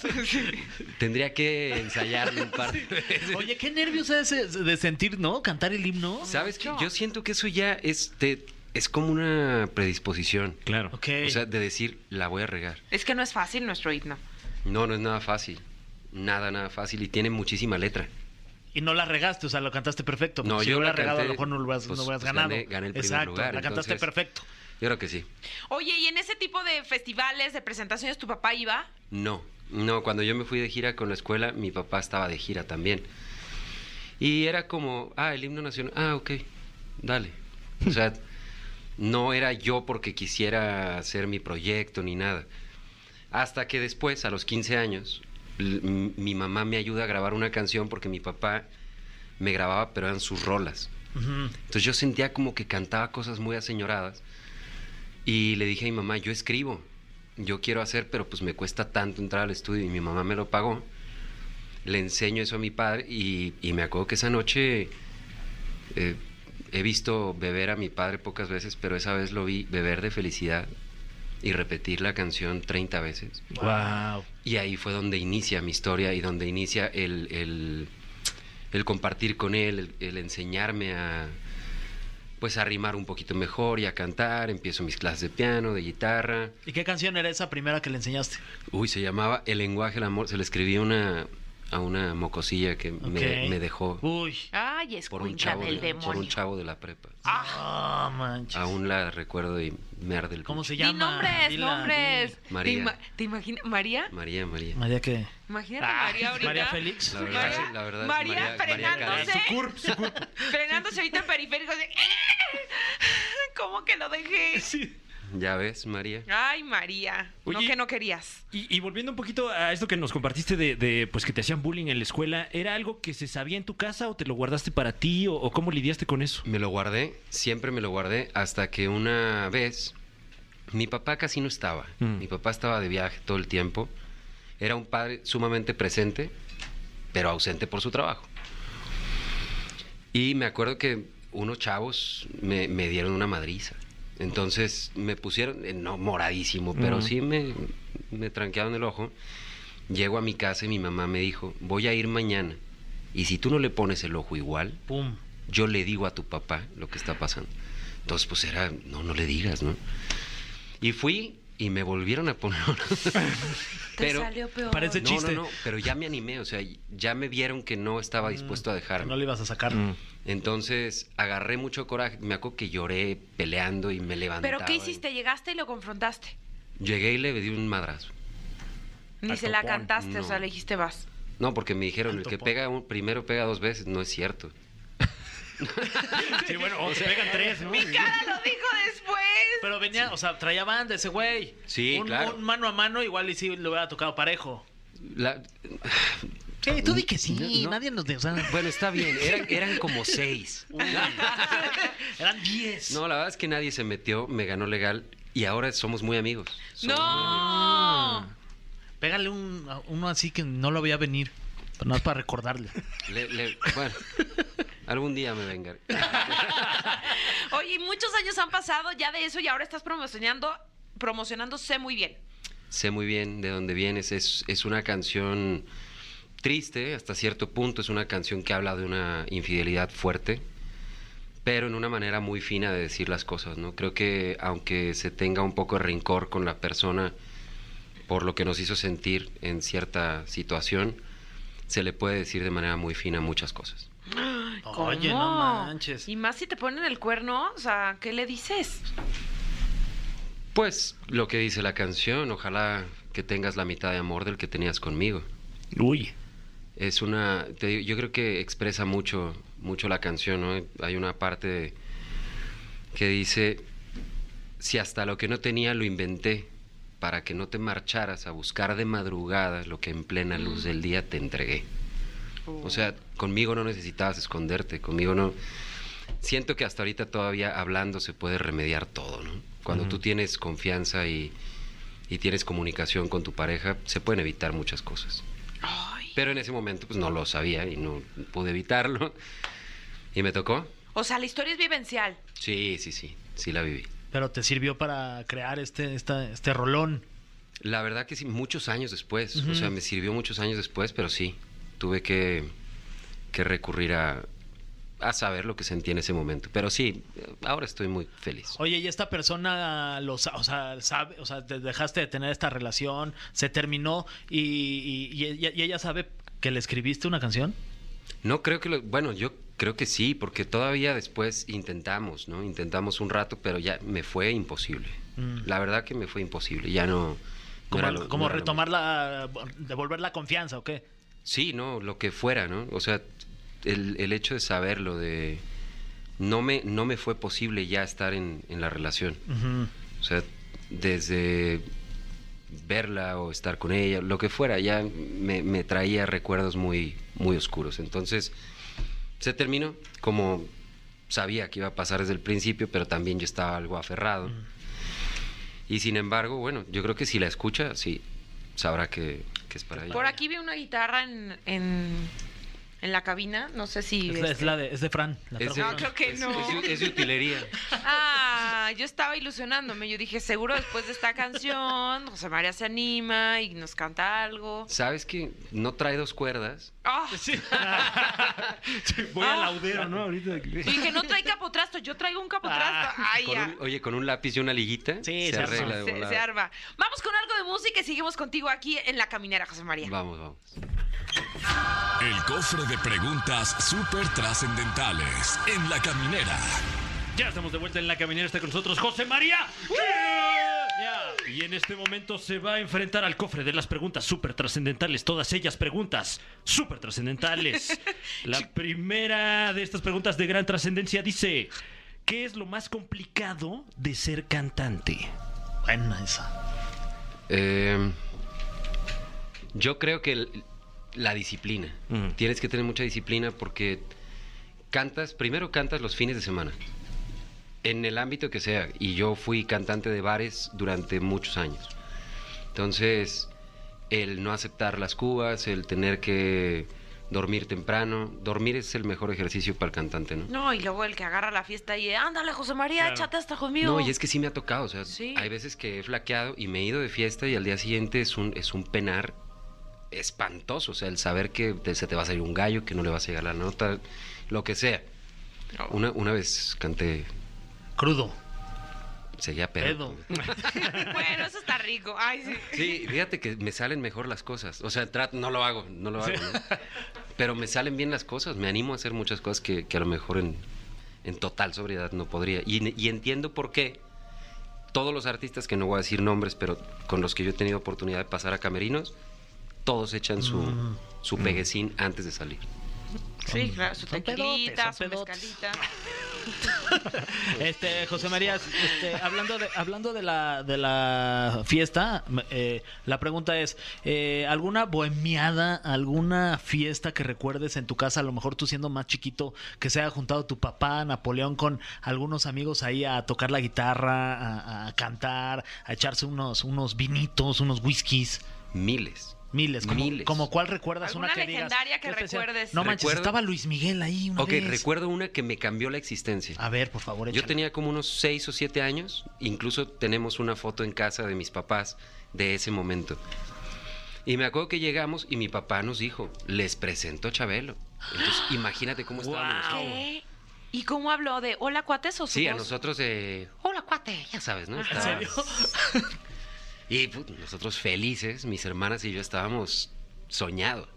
F: Tendría que ensayarlo un par de veces.
D: Oye, qué nervios es eh, de sentir, ¿no? Cantar el himno.
F: ¿Sabes qué? Yo siento que eso ya es, te- es como una predisposición.
C: Claro.
D: Ok.
F: O sea, de decir, la voy a regar.
B: es que no es fácil nuestro himno.
F: No, no es nada fácil. Nada, nada fácil. Y tiene muchísima letra.
D: y no la regaste, o sea, lo cantaste perfecto. porque
F: No,
D: si
F: yo
D: yo la
F: la
D: regado, a lo
F: canté,
D: mejor no lo hubieras,
F: pues,
D: no hubieras
F: pues,
D: ganado.
F: gané- gané el primer
D: Exacto,
F: lugar,
D: la cantaste
F: entonces-
D: perfecto.
F: Yo creo que sí.
B: Oye, ¿y en ese tipo de festivales, de presentaciones, tu papá iba?
F: No, no, cuando yo me fui de gira con la escuela, mi papá estaba de gira también. Y era como, ah, el himno nacional, ah, ok, dale. O sea, no era yo porque quisiera hacer mi proyecto ni nada. Hasta que después, a los 15 años, l- m- mi mamá me ayuda a grabar una canción porque mi papá me grababa, pero eran sus rolas.
D: Ujú.
F: Entonces yo sentía como que cantaba cosas muy aseñoradas y le dije a mi mamá, yo escribo, yo quiero hacer, pero pues me cuesta tanto entrar al estudio y mi mamá me lo pagó. Le enseño eso a mi padre y, y me acuerdo que esa noche eh, he visto beber a mi padre pocas veces, pero esa vez lo vi beber de felicidad y repetir la canción 30 veces.
C: Wow.
F: Y ahí fue donde inicia mi historia y donde inicia el, el- el compartir con él, el, el enseñarme a pues a rimar un poquito mejor y a cantar. Empiezo mis clases de piano, de guitarra.
D: ¿Y qué canción era esa primera que le enseñaste?
F: Uy, se llamaba El lenguaje del amor. Se le escribí una, a una mocosilla que me,
D: Ok.
F: me dejó
D: Uy.
B: Ay, es
F: por un,
B: cuenta
F: chavo
B: del
F: de, por un
B: demonio.
F: chavo de la prepa.
D: Ah, manches.
F: Aún la recuerdo y me arde el
D: ¿Cómo se
B: Di
D: llama?
B: nombres,
D: Dila,
B: nombres.
D: di.
B: ¿Te
F: María.
B: ima- ¿Te imaginas? ¿María?
F: María, María.
D: María qué?
B: Imagínate
D: Ah,
B: María ahorita.
D: María Félix.
F: La verdad,
B: María-
F: sí, la verdad,
B: María
F: Carey.
B: frenándose. Su curp, Frenándose ahorita en periférico. De... "Ah, ¿Cómo que lo dejé?
F: Ya ves, María.
B: Ay, María.
C: Oye.
B: No que no querías.
C: Y, y volviendo un poquito a esto que nos compartiste de, de, pues que te hacían bullying en la escuela, ¿era algo que se sabía en tu casa o te lo guardaste para ti o, o cómo lidiaste con eso?
F: Me lo guardé, siempre me lo guardé, hasta que una vez mi papá casi no estaba.
C: Mm.
F: Mi papá estaba de viaje todo el tiempo. Era un padre sumamente presente, pero ausente por su trabajo. Y me acuerdo que unos chavos me, me dieron una madriza. Entonces me pusieron, eh, no moradísimo, pero
C: Mm.
F: sí me, me tranquearon el ojo. Llego a mi casa y mi mamá me dijo, voy a ir mañana. Y si tú no le pones el ojo igual,
D: Pum.
F: yo le digo a tu papá lo que está pasando. Entonces, pues era, no, no le digas, ¿no? Y fui y me volvieron a poner. pero,
B: peor.
D: Parece
F: no, no,
D: chiste. Mm,
F: no, pero ya me animé, o sea, ya me vieron que no estaba dispuesto a
D: Que No
F: dejarme.
D: le ibas a sacar.
F: Mm. Entonces, agarré mucho coraje. Me acuerdo que lloré peleando y me levanté.
B: ¿Pero qué hiciste? ¿Llegaste y lo confrontaste?
F: Llegué y le di un madrazo.
B: Ni
C: Al
B: se la
C: topón,
B: cantaste, o sea,
F: no.
B: le dijiste vas.
F: No, porque me dijeron, el
D: Alto
F: que
D: pon-
F: pega un, primero pega dos veces. No es cierto.
C: Sí, bueno, o se pegan tres, ¿no?
B: ¡Cara lo dijo después!
D: Pero venía, o sea, traía banda ese güey.
F: Sí,
D: un,
F: claro.
D: un mano a mano igual y sí le hubiera tocado parejo.
F: La-
D: Sí, tú di que sí,
F: No, no.
D: nadie nos... de- O sea,
F: bueno, está bien, eran, eran como seis.
D: eran 10.
F: No, la verdad es que nadie se metió, me ganó legal y ahora somos muy amigos. Somos muy amigos.
B: ¡No!
D: Pégale un, a uno así que no lo veía venir. Pero nada más para recordarle.
F: Le- le- bueno, algún día me venga.
B: Oye, y muchos años han pasado ya de eso y ahora estás promocionando, promocionando Sé Muy Bien.
F: Sé muy bien de dónde vienes. Es, es una canción triste hasta cierto punto. Es una canción que habla de una infidelidad fuerte, pero en una manera muy fina de decir las cosas, ¿no? Creo que aunque se tenga un poco de rencor con la persona por lo que nos hizo sentir en cierta situación, se le puede decir de manera muy fina muchas cosas.
D: Oye, no
B: ¿Cómo?
D: manches.
B: Y más si te ponen el cuerno, o sea, ¿qué le dices?
F: Pues lo que dice la canción, ojalá que tengas la mitad de amor del que tenías conmigo.
C: Uy.
F: es una te digo, yo creo que expresa mucho mucho la canción ¿no? hay una parte que dice si hasta lo que no tenía lo inventé para que no te marcharas a buscar de madrugada lo que en plena luz del día te entregué o sea conmigo no necesitabas esconderte conmigo no siento que hasta ahorita todavía hablando se puede remediar todo ¿no? cuando tú tienes confianza y y tienes comunicación con tu pareja, se pueden evitar muchas cosas. Pero en ese momento pues no lo sabía y no pude evitarlo. ¿Y me tocó?
B: O sea, la historia es vivencial.
F: Sí, sí, sí, sí la viví.
D: Pero te sirvió para crear este, esta- este rolón.
F: La verdad que sí, muchos años después,
D: Ujú.
F: o sea, me sirvió muchos años después, pero sí, tuve que, que recurrir a, a saber lo que sentí en ese momento. Pero sí, ahora estoy muy feliz.
D: Oye, ¿y esta persona lo sa- o sea, sabe? O sea, te dejaste de tener esta relación, se terminó y, y- y ella- y ella sabe que le escribiste una canción.
F: No creo que lo, bueno, yo creo que sí, porque todavía después intentamos, ¿no? Intentamos un rato, pero ya me fue imposible.
D: Mm.
F: La verdad que me fue imposible, ya no. no
D: Como,
F: era lo-
D: como
F: no era lo
D: retomar la. devolver la confianza, ¿o qué?
F: Sí, no, lo que fuera, ¿no? O sea, el, el hecho de saberlo, de no me, no me fue posible ya estar en, en la relación.
D: Ujú.
F: O sea, desde verla o estar con ella, lo que fuera, ya me, me traía recuerdos muy, muy oscuros. Entonces, se terminó como sabía que iba a pasar desde el principio, pero también yo estaba algo aferrado. Y sin embargo, bueno, yo creo que si la escucha, sí, sabrá que, que es para ella.
B: Por aquí vi una guitarra en, en, en la cabina, no sé si...
D: Es, la- es
B: este-
D: la de, es de Fran. la trajo
F: Es de-
B: No,
D: Fran.
B: creo que
F: es-
B: no.
F: Es, de- es de utilería.
B: Ah, yo estaba ilusionándome, yo dije, seguro después de esta canción, José María se anima y nos canta algo.
F: ¿Sabes que no trae dos cuerdas?
B: Ah,
C: Voy al audero, Ah. ¿no? Ahorita.
B: yo dije, no trae capotrasto, yo traigo un capotrasto.
D: Ah,
B: Ay,
F: Con
B: ya.
F: un- oye, con un lápiz y una liguita
D: Sí,
F: se,
D: se arma.
F: arregla de
B: Se,
F: volada.
B: se arma. Vamos con algo de música y seguimos contigo aquí en La Caminera, José María.
F: Vamos, vamos.
A: El cofre de preguntas súper trascendentales en la caminera.
C: Ya estamos de vuelta en la caminera, está con nosotros José María. Y en este momento se va a enfrentar al cofre de las preguntas súper trascendentales, todas ellas preguntas súper trascendentales. La primera de estas preguntas de gran trascendencia dice, ¿qué es lo más complicado de ser cantante?
D: Buena esa.
F: Eh, yo creo que el- la disciplina.
C: Ujú.
F: Tienes que tener mucha disciplina porque cantas, primero cantas los fines de semana. En el ámbito que sea. Y yo fui cantante de bares durante muchos años. Entonces, el no aceptar las cubas, el tener que dormir temprano. Dormir es el mejor ejercicio para el cantante, ¿no?
B: No, y luego el que agarra la fiesta y ándale, José María,
C: Claro.
B: échate hasta conmigo.
F: No, y es que sí me ha tocado, o sea,
B: Sí.
F: hay veces que he flaqueado y me he ido de fiesta y al día siguiente es un, es un penar espantoso, o sea, el saber que te- se te va a salir un gallo, que no le vas a llegar la nota, lo que sea. Una, una vez canté,
D: Crudo.
F: seguía
D: Pedo.
F: pedo.
B: Bueno, eso está rico. Ay, sí.
F: Sí, fíjate que me salen mejor las cosas, o sea, trato- no lo hago, no lo hago, ¿no? pero me salen bien las cosas, me animo a hacer muchas cosas que, que a lo mejor en, en total sobriedad no podría. Y, y entiendo por qué todos los artistas, que no voy a decir nombres, pero con los que yo he tenido oportunidad de pasar a camerinos, todos echan su, su peguecín antes de salir.
B: Sí, claro, su
D: son
B: tequilita,
D: pedotes,
B: su
D: son pedotes.
B: mezcalita.
D: Este, José María, este, hablando de, hablando de la, de la fiesta, me- eh, la pregunta es, eh, ¿alguna bohemiada, alguna fiesta que recuerdes en tu casa, a lo mejor tú siendo más chiquito, que se haya juntado tu papá, Napoleón, con algunos amigos ahí a tocar la guitarra, a, a cantar, a echarse unos, unos vinitos, unos whiskies?
F: Miles.
D: Miles, como,
F: Miles.
D: como cuál recuerdas
B: ¿Alguna
D: una que digas,
B: legendaria que
D: yo te decía,
B: recuerdes?
D: No manches,
F: Recuerdo-
D: estaba Luis Miguel ahí una
F: ok,
D: vez".
F: recuerdo una que me cambió la existencia.
D: A ver, por favor,
F: Yo
D: échala.
F: tenía como unos 6 o 7 años, incluso tenemos una foto en casa de mis papás de ese momento. Y me acuerdo que llegamos y mi papá nos dijo, les presento a Chabelo. Entonces, imagínate cómo estábamos.
C: Guau.
B: ¿Qué? ¿Y cómo habló de hola cuates o su
F: Sí, a
B: voz?
F: nosotros, eh, hola cuate, ya sabes, ¿no? Estaba-
D: serio?
F: Y put, nosotros felices, mis hermanas y yo estábamos soñados.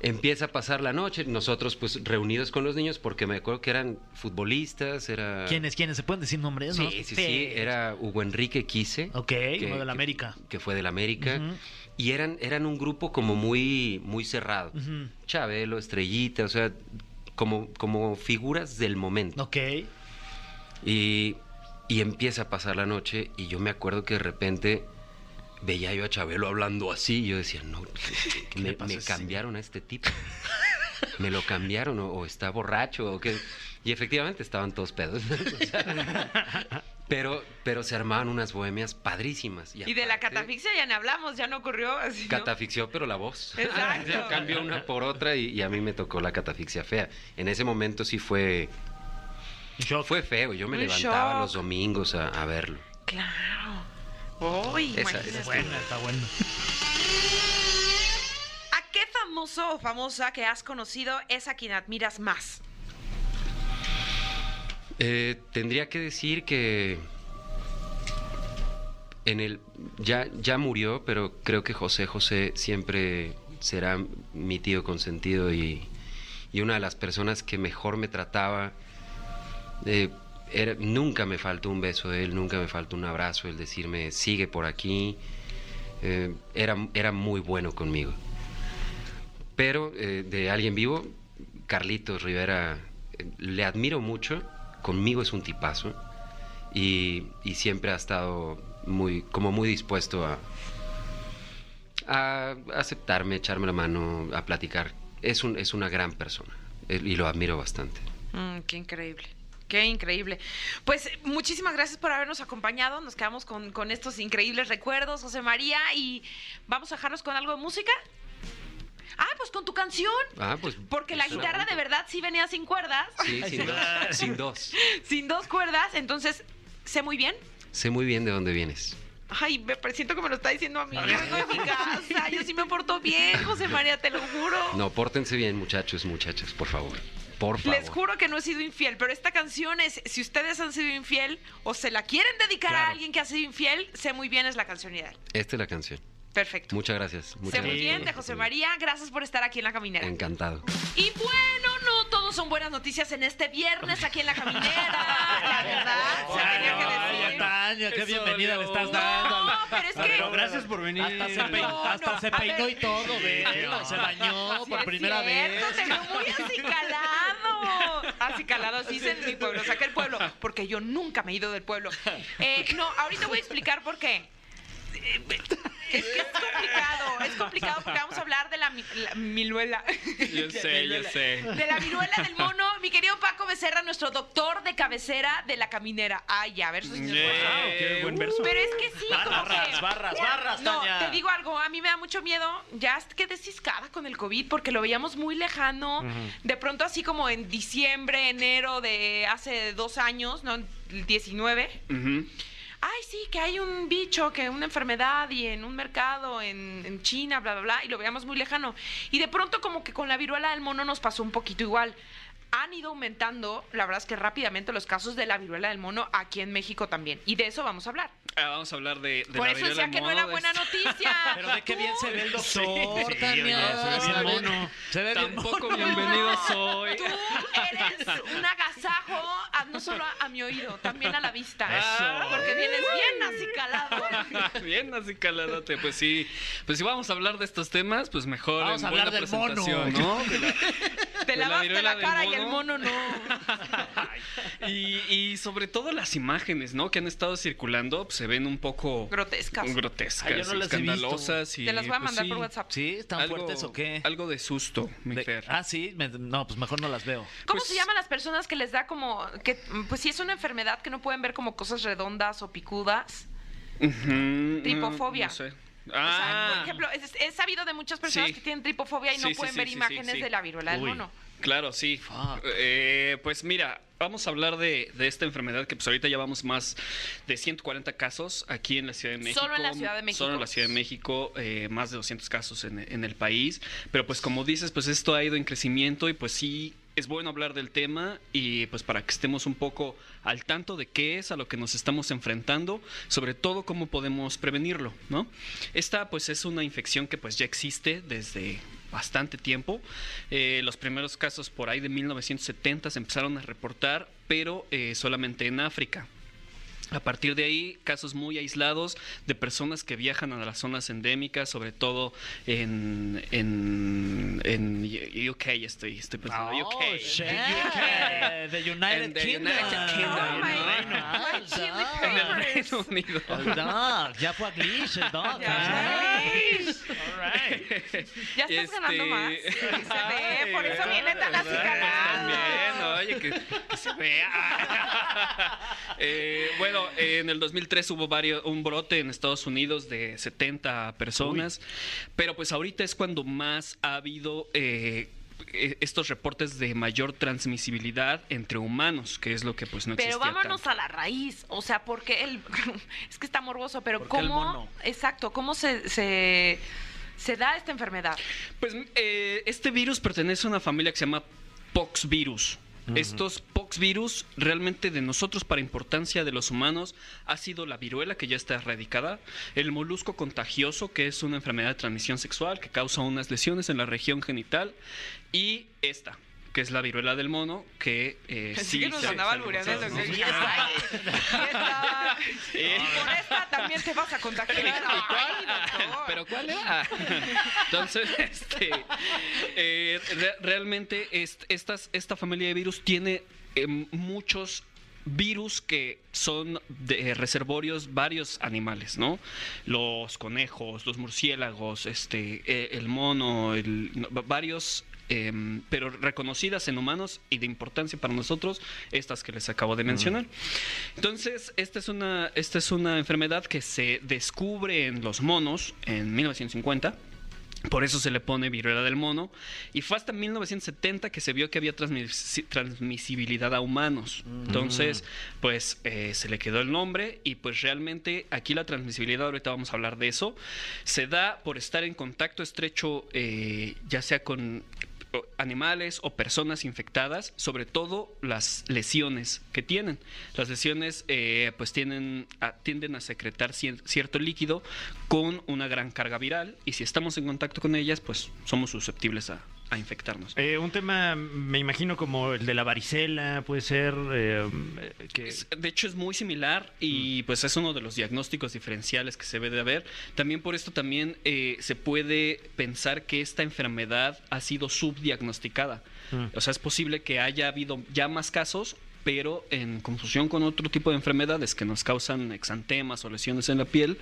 F: Empieza a pasar la noche, nosotros pues reunidos con los niños, porque me acuerdo que eran futbolistas, era...
D: ¿Quiénes, quiénes? ¿Se pueden decir nombres? no?
F: Sí, sí, sí, era Hugo Enrique Quise.
D: Ok, uno del América.
F: Que fue del América.
D: Ujú.
F: Y eran, eran un grupo como muy, muy cerrado.
D: Ujú.
F: Chabelo, Estrellita, o sea, como, como figuras del momento.
D: Ok.
F: Y, y empieza a pasar la noche y yo me acuerdo que de repente veía yo a Chabelo hablando así y yo decía, no, me,
D: le pasa
F: me
D: a ese
F: cambiaron a este tipo. Me lo cambiaron o, o está borracho o qué. Y efectivamente estaban todos pedos. O sea, pero, pero se armaban unas bohemias padrísimas.
B: Y de la
F: aparte,
B: catafixia ya no hablamos, ya no ocurrió así. ¿no?
F: Catafixió, pero la voz.
B: Exacto.
F: Yo cambió una por otra y, y a mí me tocó la catafixia fea. En ese momento sí fue,
D: Yo
F: fue feo. Yo me
B: Un
F: levantaba
B: shock.
F: los domingos a- a verlo.
B: Claro. Uy,
F: Esa-
B: imagínate.
F: esa
D: Bueno, está bueno.
B: ¿A qué famoso o famosa que has conocido es a quien admiras más?
F: Eh, tendría que decir que en el ya ya murió, pero creo que José José siempre será mi tío consentido y, y una de las personas que mejor me trataba. Eh, era- nunca me faltó un beso de él, nunca me faltó un abrazo, el decirme sigue por aquí. Eh, era, era muy bueno conmigo. Pero eh, de alguien vivo, Carlitos Rivera, eh, le admiro mucho, conmigo es un tipazo y, y siempre ha estado muy, como muy dispuesto a, a aceptarme, echarme la mano, a platicar. Es, un, es una gran persona eh, y lo admiro bastante.
B: Mm, qué increíble. Qué increíble. Pues eh, muchísimas gracias por habernos acompañado. Nos quedamos con, con estos increíbles recuerdos, José María. Y vamos a dejarnos con algo de música. Ah, pues con tu canción.
F: Ah, pues,
B: Porque la
F: es una
B: guitarra
F: bomba.
B: de verdad sí venía sin cuerdas,
F: Sí, sin dos, sin dos.
B: sin dos cuerdas. Entonces, sé muy bien.
F: Sé muy bien de dónde vienes.
B: Ay, me siento que me lo está diciendo a mí. Yo vengo de mi casa. Yo sí me porto bien, José María, te lo juro.
F: No, pórtense bien, muchachos, muchachas, por favor. Por favor.
B: Les juro que no he sido infiel, pero esta canción es, si ustedes han sido infiel o se la quieren dedicar a
F: Claro.
B: alguien que ha sido infiel, sé muy bien es la canción ideal.
F: Esta es la canción.
B: Perfecto.
F: Muchas gracias. Muchas
B: sé muy
F: gracias.
B: bien de José María, gracias por estar aquí en la caminera.
F: Encantado.
B: Y bueno, no todos son buenas noticias en este viernes aquí en la caminera, la verdad, se
D: Ya,
B: tenía
D: no,
B: que
D: ya,
B: decir.
D: Tania, qué
C: Eso
D: bienvenida le
C: dolió.
D: estás dando.
B: No, pero es que
C: Pero gracias por venir.
D: Hasta se, pein-
B: No,
D: hasta
B: no,
D: se
B: a
D: peinó
B: ver.
D: y todo, velo, se bañó
B: Sí,
D: por
B: es
D: primera
B: cierto,
D: vez.
B: Te veo muy acicalado. Acicalado, así dicen en mi pueblo. Saca el pueblo. Porque yo nunca me he ido del pueblo. Eh, no, ahorita voy a explicar por qué. Eh, Es que es complicado, es complicado porque vamos a hablar de la, mi- la miluela.
G: Yo sé, yo sé.
B: De la viruela del mono, mi querido Paco Becerra, nuestro doctor de cabecera de la caminera. Ay, a ver si nos puede-
C: Wow, qué
B: uh.
C: buen verso.
B: Pero es que sí, como
D: Barras,
B: que-
D: barras, barras,
B: no,
D: Tania.
B: te digo algo, a mí me da mucho miedo, ya quedé ciscada con el COVID porque lo veíamos muy lejano, de pronto así como en diciembre, enero de hace dos años, ¿no? El 19.
G: Ujú.
B: Ay, sí, que hay un bicho, que una enfermedad y en un mercado en, en China, bla, bla, bla, y lo veíamos muy lejano. Y de pronto como que con la viruela del mono nos pasó un poquito igual. Han ido aumentando, la verdad es que rápidamente los casos de la viruela del mono aquí en México también. Y de eso vamos a hablar.
G: Ah, vamos a hablar de, de
B: Por
G: la
B: eso
G: viruela
B: decía que no
G: mono,
B: era
G: de
B: buena
G: este-
B: noticia.
D: Pero de qué bien se ve el
C: Sí,
D: doctor,
C: sí,
D: Tania.
C: oye, se ve bien mono.
D: Se ve bien
G: Tampoco
D: mono.
G: bienvenido soy.
B: Tú eres un agasajo, a- no solo a, a mi oído, también a la vista.
C: Eso.
B: Porque vienes bien así calado.
G: Bien, así caladote. Pues sí, pues si vamos a hablar de estos temas, pues mejor
D: Vamos
G: en
D: a hablar
G: buena
D: del mono.
G: presentación, ¿no? De la-
B: Te
G: De Pues la
B: lavaste
G: viruela
B: la
G: del
B: cara y el mono
G: mono.
B: no.
G: y, y sobre todo las imágenes, ¿no? Que han estado circulando, pues, se ven un poco
B: Grotescas.
G: grotescas,
D: Ay, Ah, yo no
G: y
D: las he visto.
G: escandalosas. Y,
B: Te las voy a
G: pues,
B: mandar
G: sí.
B: por WhatsApp.
D: ¿Sí? ¿Están
G: Algo-
D: fuertes o qué?
G: Algo de susto, mi
D: De-
G: Fer.
D: ah, sí, me- no, pues mejor no las veo.
B: ¿Cómo
G: Pues-
B: se llaman las personas que les da como que pues si es una enfermedad que no pueden ver como cosas redondas o picudas?
G: Ujú, no,
B: Tripofobia.
G: No sé.
B: O sea,
G: Ah,
B: por ejemplo, es- he sabido de muchas personas
G: Sí.
B: que tienen tripofobia y no
G: Sí, sí,
B: pueden
G: sí,
B: ver
G: sí, sí,
B: imágenes
G: sí.
B: de la viruela del
C: Uy.
B: mono.
G: Claro, sí. Eh, pues mira, vamos a hablar de, de esta enfermedad que pues ahorita ya vamos más de 140 casos aquí en la Ciudad de México.
B: Solo en la Ciudad de México.
G: Solo en la Ciudad de México, eh, más de 200 casos en, en el país. Pero pues como dices, pues esto ha ido en crecimiento y pues sí... Es bueno hablar del tema y pues para que estemos un poco al tanto de qué es a lo que nos estamos enfrentando, sobre todo cómo podemos prevenirlo, ¿no? Esta pues es una infección que pues ya existe desde bastante tiempo. Eh, los primeros casos por ahí de 1970 se empezaron a reportar, pero eh, solamente en África. A partir de ahí, casos muy aislados de personas que viajan a las zonas endémicas, sobre todo en, en, en U- UK, estoy, estoy pensando.
D: Pues, Oh,
G: UK.
D: Yeah. The United
G: And Ah, the
D: Kingdom.
G: United Kingdom,
B: Oh, my
G: Reino.
D: Ah,
B: God.
D: ah,
G: En el Reino Unido.
D: ah, dog. Ya fue a glitch, el dog.
B: Ya,
D: ah.
B: Luis, ya estás
G: Este-
B: ganando más. Sí, se ve,
G: Ay,
B: por eso viene tan
G: ¿verdad?
B: acicalado.
G: Pues también, oye, que, que se vea. Eh, bueno, eh, en el 2003 hubo varios, un brote en Estados Unidos de 70 personas, pero pues ahorita es cuando más ha habido... eh, eh, estos reportes de mayor transmisibilidad entre humanos, que es lo que pues no
B: Pero
G: existía
B: vámonos
G: tanto.
B: a la raíz, o sea, porque el es que está morboso, pero
D: ¿Por qué el
B: cómo
D: mono?
B: exacto, cómo se, se se da esta enfermedad.
G: Pues eh, este virus pertenece a una familia que se llama poxvirus. Estos poxvirus realmente de nosotros para importancia de los humanos ha sido la viruela que ya está erradicada, el molusco contagioso que es una enfermedad de transmisión sexual que causa unas lesiones en la región genital y esta que es la viruela del mono que eh,
B: Así
G: sí
B: que nos
G: se-
B: andaba
G: se-
B: albureando
G: se-
B: lo que
G: ¿no?
B: y esta, y esta- y por esta también te vas a contagiar. Ay, doctor.
G: ¿Pero cuál era? Entonces, este, eh, re- realmente est- estas, esta familia de virus tiene eh, muchos virus que son de reservorios varios animales, ¿no? Los conejos, los murciélagos, este, eh, el mono, el- no, va- varios, em, pero reconocidas en humanos y de importancia para nosotros, estas que les acabo de mencionar. Entonces, esta es una, esta es una enfermedad que se descubre en los monos en 1950. Por eso se le pone viruela del mono. Y fue hasta 1970 que se vio que había transmis- transmisibilidad a humanos. Entonces, pues eh, se le quedó el nombre. Y pues realmente aquí la transmisibilidad, ahorita vamos a hablar de eso, se da por estar en contacto estrecho, eh, ya sea con o- animales o personas infectadas, sobre todo las lesiones que tienen. Las lesiones eh, pues tienen, a- tienden a secretar cien- cierto líquido con una gran carga viral y si estamos en contacto con ellas pues somos susceptibles a, a infectarnos.
C: Eh, un tema, me imagino, como el de la varicela, puede ser. eh, que... Mm.
G: Es- de hecho es muy similar y pues es uno de los diagnósticos diferenciales que se debe de haber. También por esto también eh, se puede pensar que esta enfermedad ha sido subdiagnosticada.
C: Mm.
G: O sea, es posible que haya habido ya más casos, pero en confusión con otro tipo de enfermedades que nos causan exantemas o lesiones en la piel,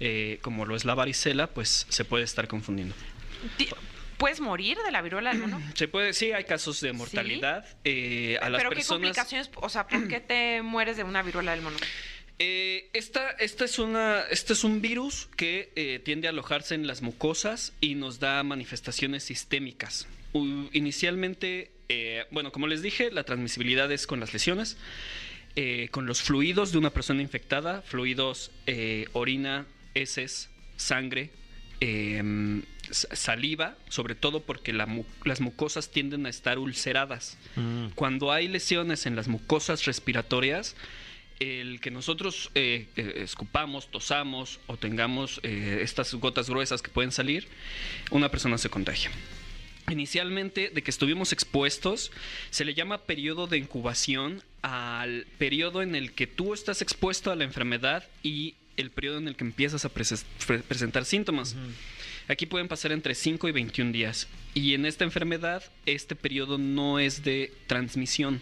G: eh, como lo es la varicela, pues se puede estar confundiendo.
B: Ti- ¿Puedes morir de la viruela del mono?
G: Se puede, sí, hay casos de mortalidad eh, a las
B: Pero qué
G: personas.
B: complicaciones, o sea, ¿por qué te mueres de una viruela del mono?
G: Eh, esta, esta es una, este es un virus que eh, tiende a alojarse en las mucosas y nos da manifestaciones sistémicas. U- inicialmente, eh, bueno, como les dije, la transmisibilidad es con las lesiones, eh, con los fluidos de una persona infectada, fluidos, eh, orina, heces, sangre, eh, s- saliva, sobre todo porque la mu- las mucosas tienden a estar ulceradas.
C: Mm.
G: Cuando hay lesiones en las mucosas respiratorias, el que nosotros eh, eh, escupamos, tosamos o tengamos eh, estas gotas gruesas que pueden salir, una persona se contagia. Inicialmente, de que estuvimos expuestos, se le llama periodo de incubación al periodo en el que tú estás expuesto a la enfermedad y el periodo en el que empiezas a prese- pre- presentar síntomas. Aquí pueden pasar entre 5 y 21 días. Y en esta enfermedad, este periodo no es de transmisión.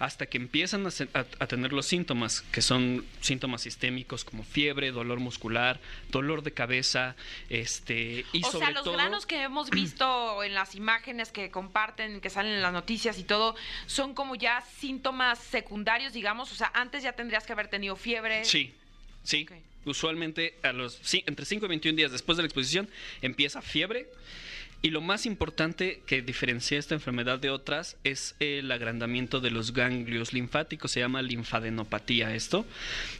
G: Hasta que empiezan a, se- a- a tener los síntomas, que son síntomas sistémicos como fiebre, dolor muscular, dolor de cabeza, este, y
B: o
G: sobre
B: sea, los
G: todo-
B: granos que hemos visto en las imágenes que comparten, que salen en las noticias y todo, son como ya síntomas secundarios, digamos. O sea, antes ya tendrías que haber tenido fiebre.
G: Sí, sí.
B: Ok.
G: usualmente a los, sí, entre 5 y 21 días después de la exposición empieza fiebre. Y lo más importante que diferencia esta enfermedad de otras es el agrandamiento de los ganglios linfáticos, se llama linfadenopatía esto.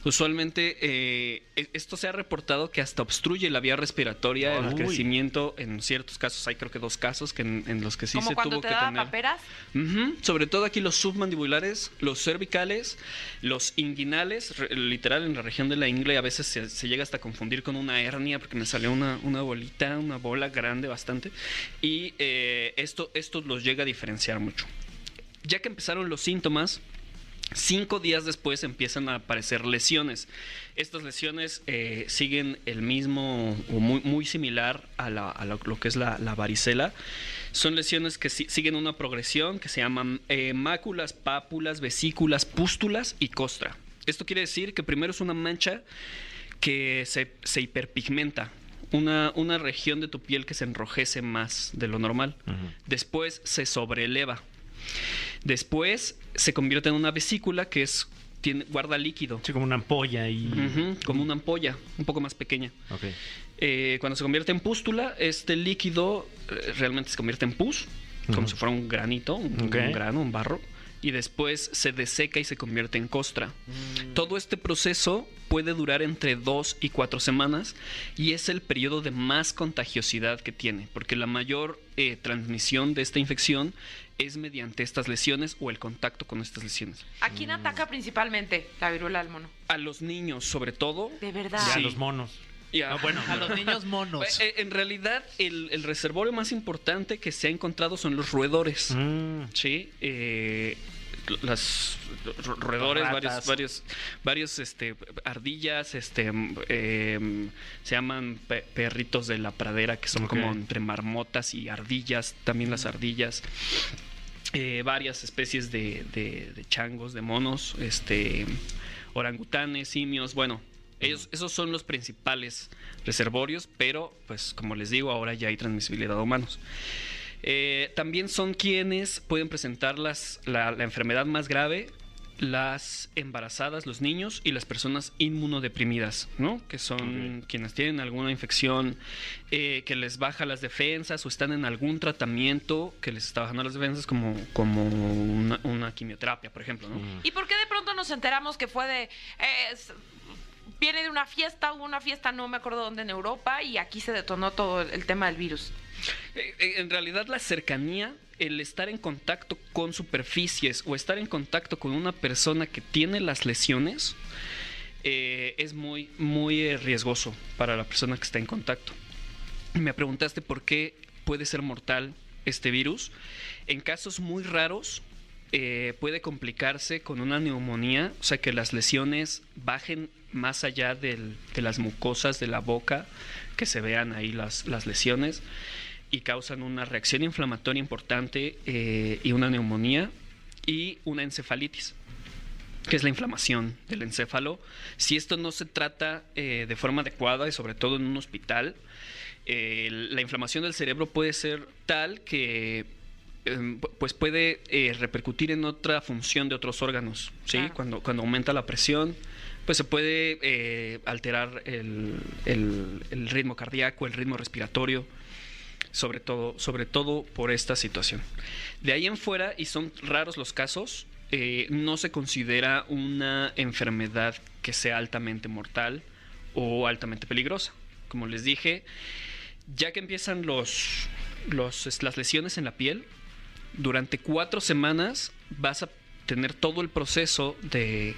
G: Usualmente eh, e- esto se ha reportado que hasta obstruye la vía respiratoria, el
C: Uy.
G: crecimiento, en ciertos casos hay creo que dos casos que en, en los que sí
B: Como
G: se
B: cuando
G: tuvo
B: te
G: que
B: daba
G: tener...
B: paperas.
G: Ujú, Sobre todo aquí los submandibulares, los cervicales, los inguinales, re- literal en la región de la ingle a veces se, se llega hasta a confundir con una hernia porque me salió una, una bolita, una bola grande bastante y eh, esto, esto los llega a diferenciar mucho. Ya que empezaron los síntomas, Cinco días después empiezan a aparecer lesiones. Estas lesiones eh, siguen el mismo o muy, muy similar a, la- a lo, lo que es la, la varicela. Son lesiones que si- siguen una progresión que se llaman eh, máculas, pápulas, vesículas, pústulas y costra. Esto quiere decir que primero es una mancha que se, se hiperpigmenta. Una, una región de tu piel que se enrojece más de lo normal. Después se sobreeleva. Después se convierte en una vesícula que es tiene, guarda líquido.
C: Sí, como una ampolla y.
G: Ujú, como una ampolla, un poco más pequeña.
C: Ok.
G: Eh, cuando se convierte en pústula, este líquido eh, realmente se convierte en pus, como
C: Ujú.
G: si fuera un granito, un,
C: Ok.
G: un grano, un barro, y después se deseca y se convierte en costra. Todo este proceso puede durar entre dos y cuatro semanas y es el periodo de más contagiosidad que tiene, porque la mayor eh, transmisión de esta infección es mediante estas lesiones o el contacto con estas lesiones.
B: ¿A quién ataca principalmente la viruela del mono?
G: A los niños, sobre todo,
B: De verdad.
C: Ya,
G: Sí.
C: los monos.
G: y a-
C: No, Ah, bueno,
D: Ah, A los niños monos.
G: Eh, eh, En realidad, el, el reservorio más importante que se ha encontrado son los roedores.
C: Mm.
G: Sí, eh, las ro- roedores,
D: Ratas.
G: varios, varios, varios, este, ardillas, este, mm, eh, se llaman pe- perritos de la pradera, que son
C: Ok.
G: como entre marmotas y ardillas, también las ardillas. eh, varias especies de, de- de changos, de monos, este, orangutanes, simios, bueno, ellos, esos son los principales reservorios, pero pues como les digo, ahora ya hay transmisibilidad a humanos. Eh, también son quienes pueden presentar las- la, la enfermedad más grave, las embarazadas, los niños y las personas inmunodeprimidas, ¿no? Que son quienes tienen alguna infección eh, que les baja las defensas o están en algún tratamiento que les está bajando las defensas, como, como una, una quimioterapia, por ejemplo, ¿no?
B: ¿Y por qué de pronto nos enteramos que fue de... eh, s- viene de una fiesta, hubo una fiesta, no me acuerdo dónde, en Europa, y aquí se detonó todo el- el tema del virus?
G: Eh, eh, En realidad la cercanía, el estar en contacto con superficies o estar en contacto con una persona que tiene las lesiones eh, es muy, muy eh, riesgoso para la persona que está en contacto. Me preguntaste por qué puede ser mortal este virus. En casos muy raros eh, puede complicarse con una neumonía, o sea que las lesiones bajen más allá del- de las mucosas de la boca, que se vean ahí las, las lesiones y causan una reacción inflamatoria importante eh, y una neumonía y una encefalitis que es la inflamación del encéfalo. Si esto no se trata eh, de forma adecuada y sobre todo en un hospital, eh, la inflamación del cerebro puede ser tal que em, pu- pues puede eh, repercutir en otra función de otros órganos. ¿sí?
B: Claro.
G: Cuando, cuando aumenta la presión, pues se puede eh, alterar el, el- el ritmo cardíaco, el ritmo respiratorio sobre todo, sobre todo por esta situación. De ahí en fuera, y son raros los casos, eh, no se considera una enfermedad que sea altamente mortal o altamente peligrosa. Como les dije, ya que empiezan los, los, es- las lesiones en la piel, durante cuatro semanas vas a tener todo el proceso de...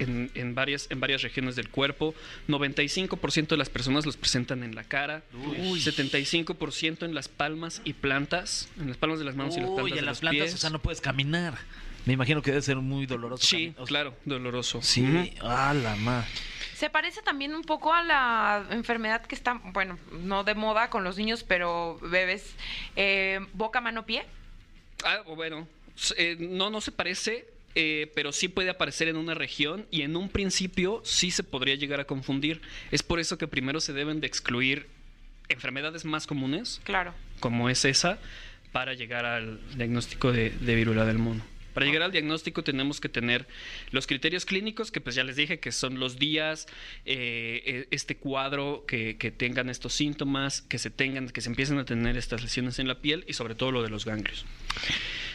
G: En, en varias, en varias regiones del cuerpo, 95% de las personas los presentan en la cara, 75% en las palmas y plantas, en las palmas de las manos y las plantas
D: Uy,
G: de
D: en las
G: los
D: plantas,
G: pies.
D: o sea, no puedes caminar. Me imagino que debe ser muy doloroso.
G: Sí,
D: cami- o sea,
G: claro, doloroso.
D: Sí,
G: Ujú.
D: a la madre.
B: Se parece también un poco a la enfermedad que está, bueno, no de moda con los niños, pero bebés, eh, boca, mano, pie.
G: Ah, bueno, s- eh, no, no se parece, eh, pero sí puede aparecer en una región y en un principio sí se podría llegar a confundir. Es por eso que primero se deben de excluir enfermedades más comunes,
B: Claro.
G: como es esa, para llegar al diagnóstico de, de viruela del mono. Para llegar al diagnóstico tenemos que tener los criterios clínicos, que pues ya les dije que son los días, eh, eh, este cuadro, que, que tengan estos síntomas, que se tengan, que se empiecen a tener estas lesiones en la piel y sobre todo lo de los ganglios.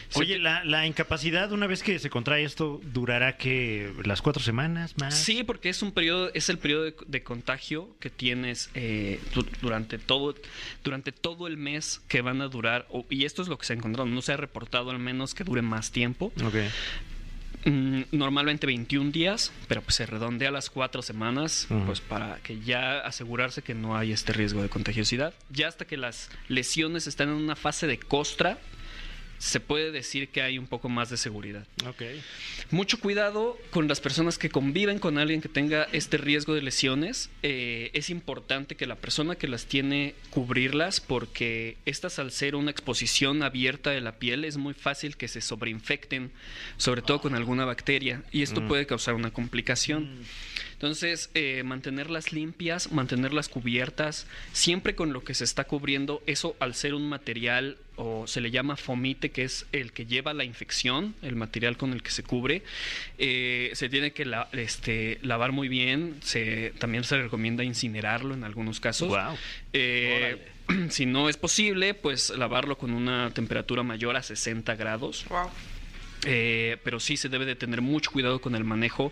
G: Se
H: Oye, la, la incapacidad, una vez que se contrae esto, durará que las cuatro semanas más.
G: Sí, porque es un periodo, es el periodo de, de contagio que tienes eh, du- durante todo, durante todo el mes que van a durar, o- y esto es lo que se ha encontrado, no se ha reportado al menos que dure más tiempo.
H: Ok.
G: Mm, normalmente 21 días, pero pues se redondea las cuatro semanas,
H: Ujú.
G: pues para que ya asegurarse que no hay este riesgo de contagiosidad. Ya hasta que las lesiones están en una fase de costra, se puede decir que hay un poco más de seguridad.
H: Ok.
G: Mucho cuidado con las personas que conviven con alguien que tenga este riesgo de lesiones. Eh, es importante que la persona que las tiene cubrirlas porque estas al ser una exposición abierta de la piel es muy fácil que se sobreinfecten, sobre todo con alguna bacteria, y esto puede causar una complicación. Entonces, eh, mantenerlas limpias, mantenerlas cubiertas, siempre con lo que se está cubriendo, eso al ser un material o se le llama fomite, que es el que lleva la infección, el material con el que se cubre, eh, se tiene que la- este, lavar muy bien, se, también se recomienda incinerarlo en algunos casos.
H: Wow.
G: Eh, si no es posible, pues lavarlo con una temperatura mayor a 60 grados.
B: Wow.
G: Eh, pero sí se debe de tener mucho cuidado con el manejo,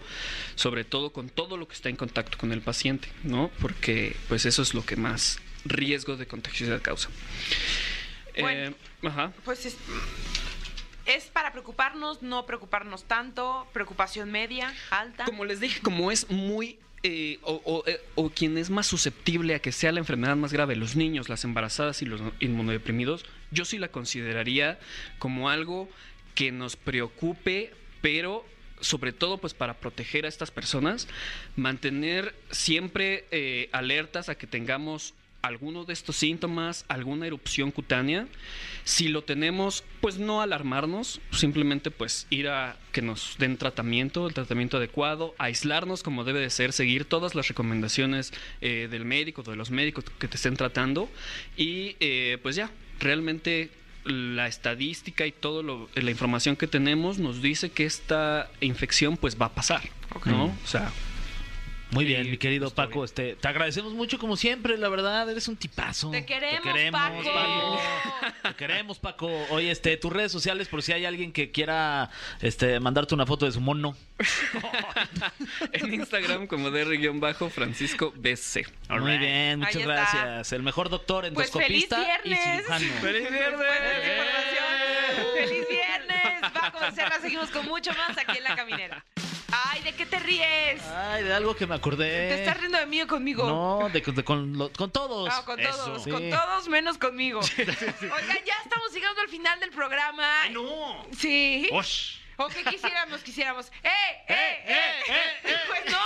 G: sobre todo con todo lo que está en contacto con el paciente, ¿no? Porque pues eso es lo que más riesgo de contagiosidad causa.
B: Bueno.
G: Eh, ajá.
B: Pues es, es para preocuparnos, no preocuparnos tanto, preocupación media, alta.
G: Como les dije, como es muy... eh, o, o, eh, o quien es más susceptible a que sea la enfermedad más grave, los niños, las embarazadas y los inmunodeprimidos, yo sí la consideraría como algo que nos preocupe, pero sobre todo pues para proteger a estas personas, mantener siempre eh, alertas a que tengamos alguno de estos síntomas, alguna erupción cutánea. Si lo tenemos, pues no alarmarnos, simplemente pues ir a que nos den tratamiento, el tratamiento adecuado, aislarnos como debe de ser, seguir todas las recomendaciones eh, del médico, de los médicos que te estén tratando y eh, pues ya, realmente la estadística y toda la información que tenemos nos dice que esta infección pues va a pasar, ¿no? O sea,
D: Muy bien,
G: Sí,
D: mi querido
G: pues, está
D: Paco, este, te agradecemos mucho como siempre, la verdad, eres un tipazo.
B: Te queremos, Paco.
D: Te queremos, Paco. Oye, este, tus redes sociales por si hay alguien que quiera este mandarte una foto de su mono.
G: en Instagram como DR-Francisco BC.
D: Muy bien, muchas
B: Ahí está.
D: gracias. El mejor doctor
B: Pues feliz
D: endoscopista y
B: viernes.
D: cirujano. ¡Eh!
B: Después de esta información, ¡Feliz viernes! Paco Becerra, seguimos con mucho más aquí en La Caminera. Ay, ¿de qué te ríes?
D: Ay, de algo que me acordé.
B: ¿Te estás riendo de mí o conmigo?
D: No, de, de- con, lo- con todos.
B: Ah, con todos,
D: Eso.
B: con
D: Sí.
B: todos menos conmigo. Oigan, ya estamos llegando al final del programa.
H: ¡Ay, no!
B: Sí.
C: Oh.
H: ¡Osh!
B: O que quisiéramos, quisiéramos. ¡Eh, eh, eh! Pues no,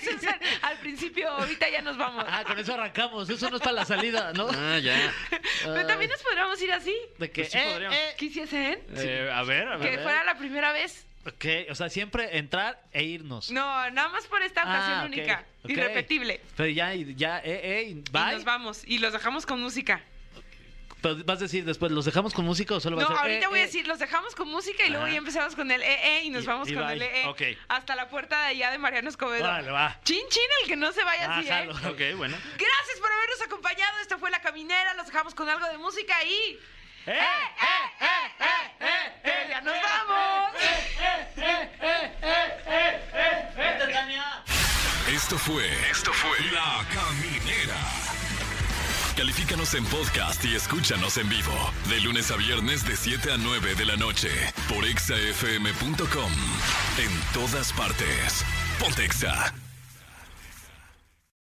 B: eso es al- al principio, ahorita ya nos vamos.
D: Ah, con eso arrancamos. Eso no es para la salida, ¿no? Ah,
F: Ah, ya.
B: Pero también nos podríamos ir así.
D: De que,
H: Pues sí
D: eh,
H: podríamos.
D: eh,
B: ¿Quisiesen?
H: Eh, a ver, a
B: Que
H: ver.
B: fuera la primera vez.
D: ok, o sea, siempre entrar e irnos.
B: No, nada más por esta ocasión
D: Ah, ok,
B: única.
D: ok.
B: Irrepetible.
D: Pero ya, ya, eh, eh, y
B: Y
D: bye.
B: nos vamos. Y los dejamos con música.
D: Pero vas a decir después, ¿los dejamos con música o solo
B: No,
D: vas a ser,
B: ahorita
D: eh,
B: voy a
D: eh?
B: decir, los dejamos con música y luego
H: Ajá.
B: ya empezamos con el EE y nos
H: Y-
B: vamos
H: y
B: con
H: bye.
B: el EE.
H: Ok.
B: Hasta la puerta de allá de Mariano Escobedo.
H: Vale, va.
B: Chin, chin, el que no se vaya
H: Ah,
B: así, ¿eh?
H: jalo. Ok, bueno.
B: Gracias por habernos acompañado. Esta fue La Caminera. Los dejamos con algo de música y...
H: ¡Eh!
B: ¡Eh, ya nos vamos!
A: Esto fue. Esto fue. La Caminera. Califícanos en podcast y escúchanos en vivo. De lunes a viernes, de 7 a 9 de la noche. Por exafm.com. En todas partes. Pontexa.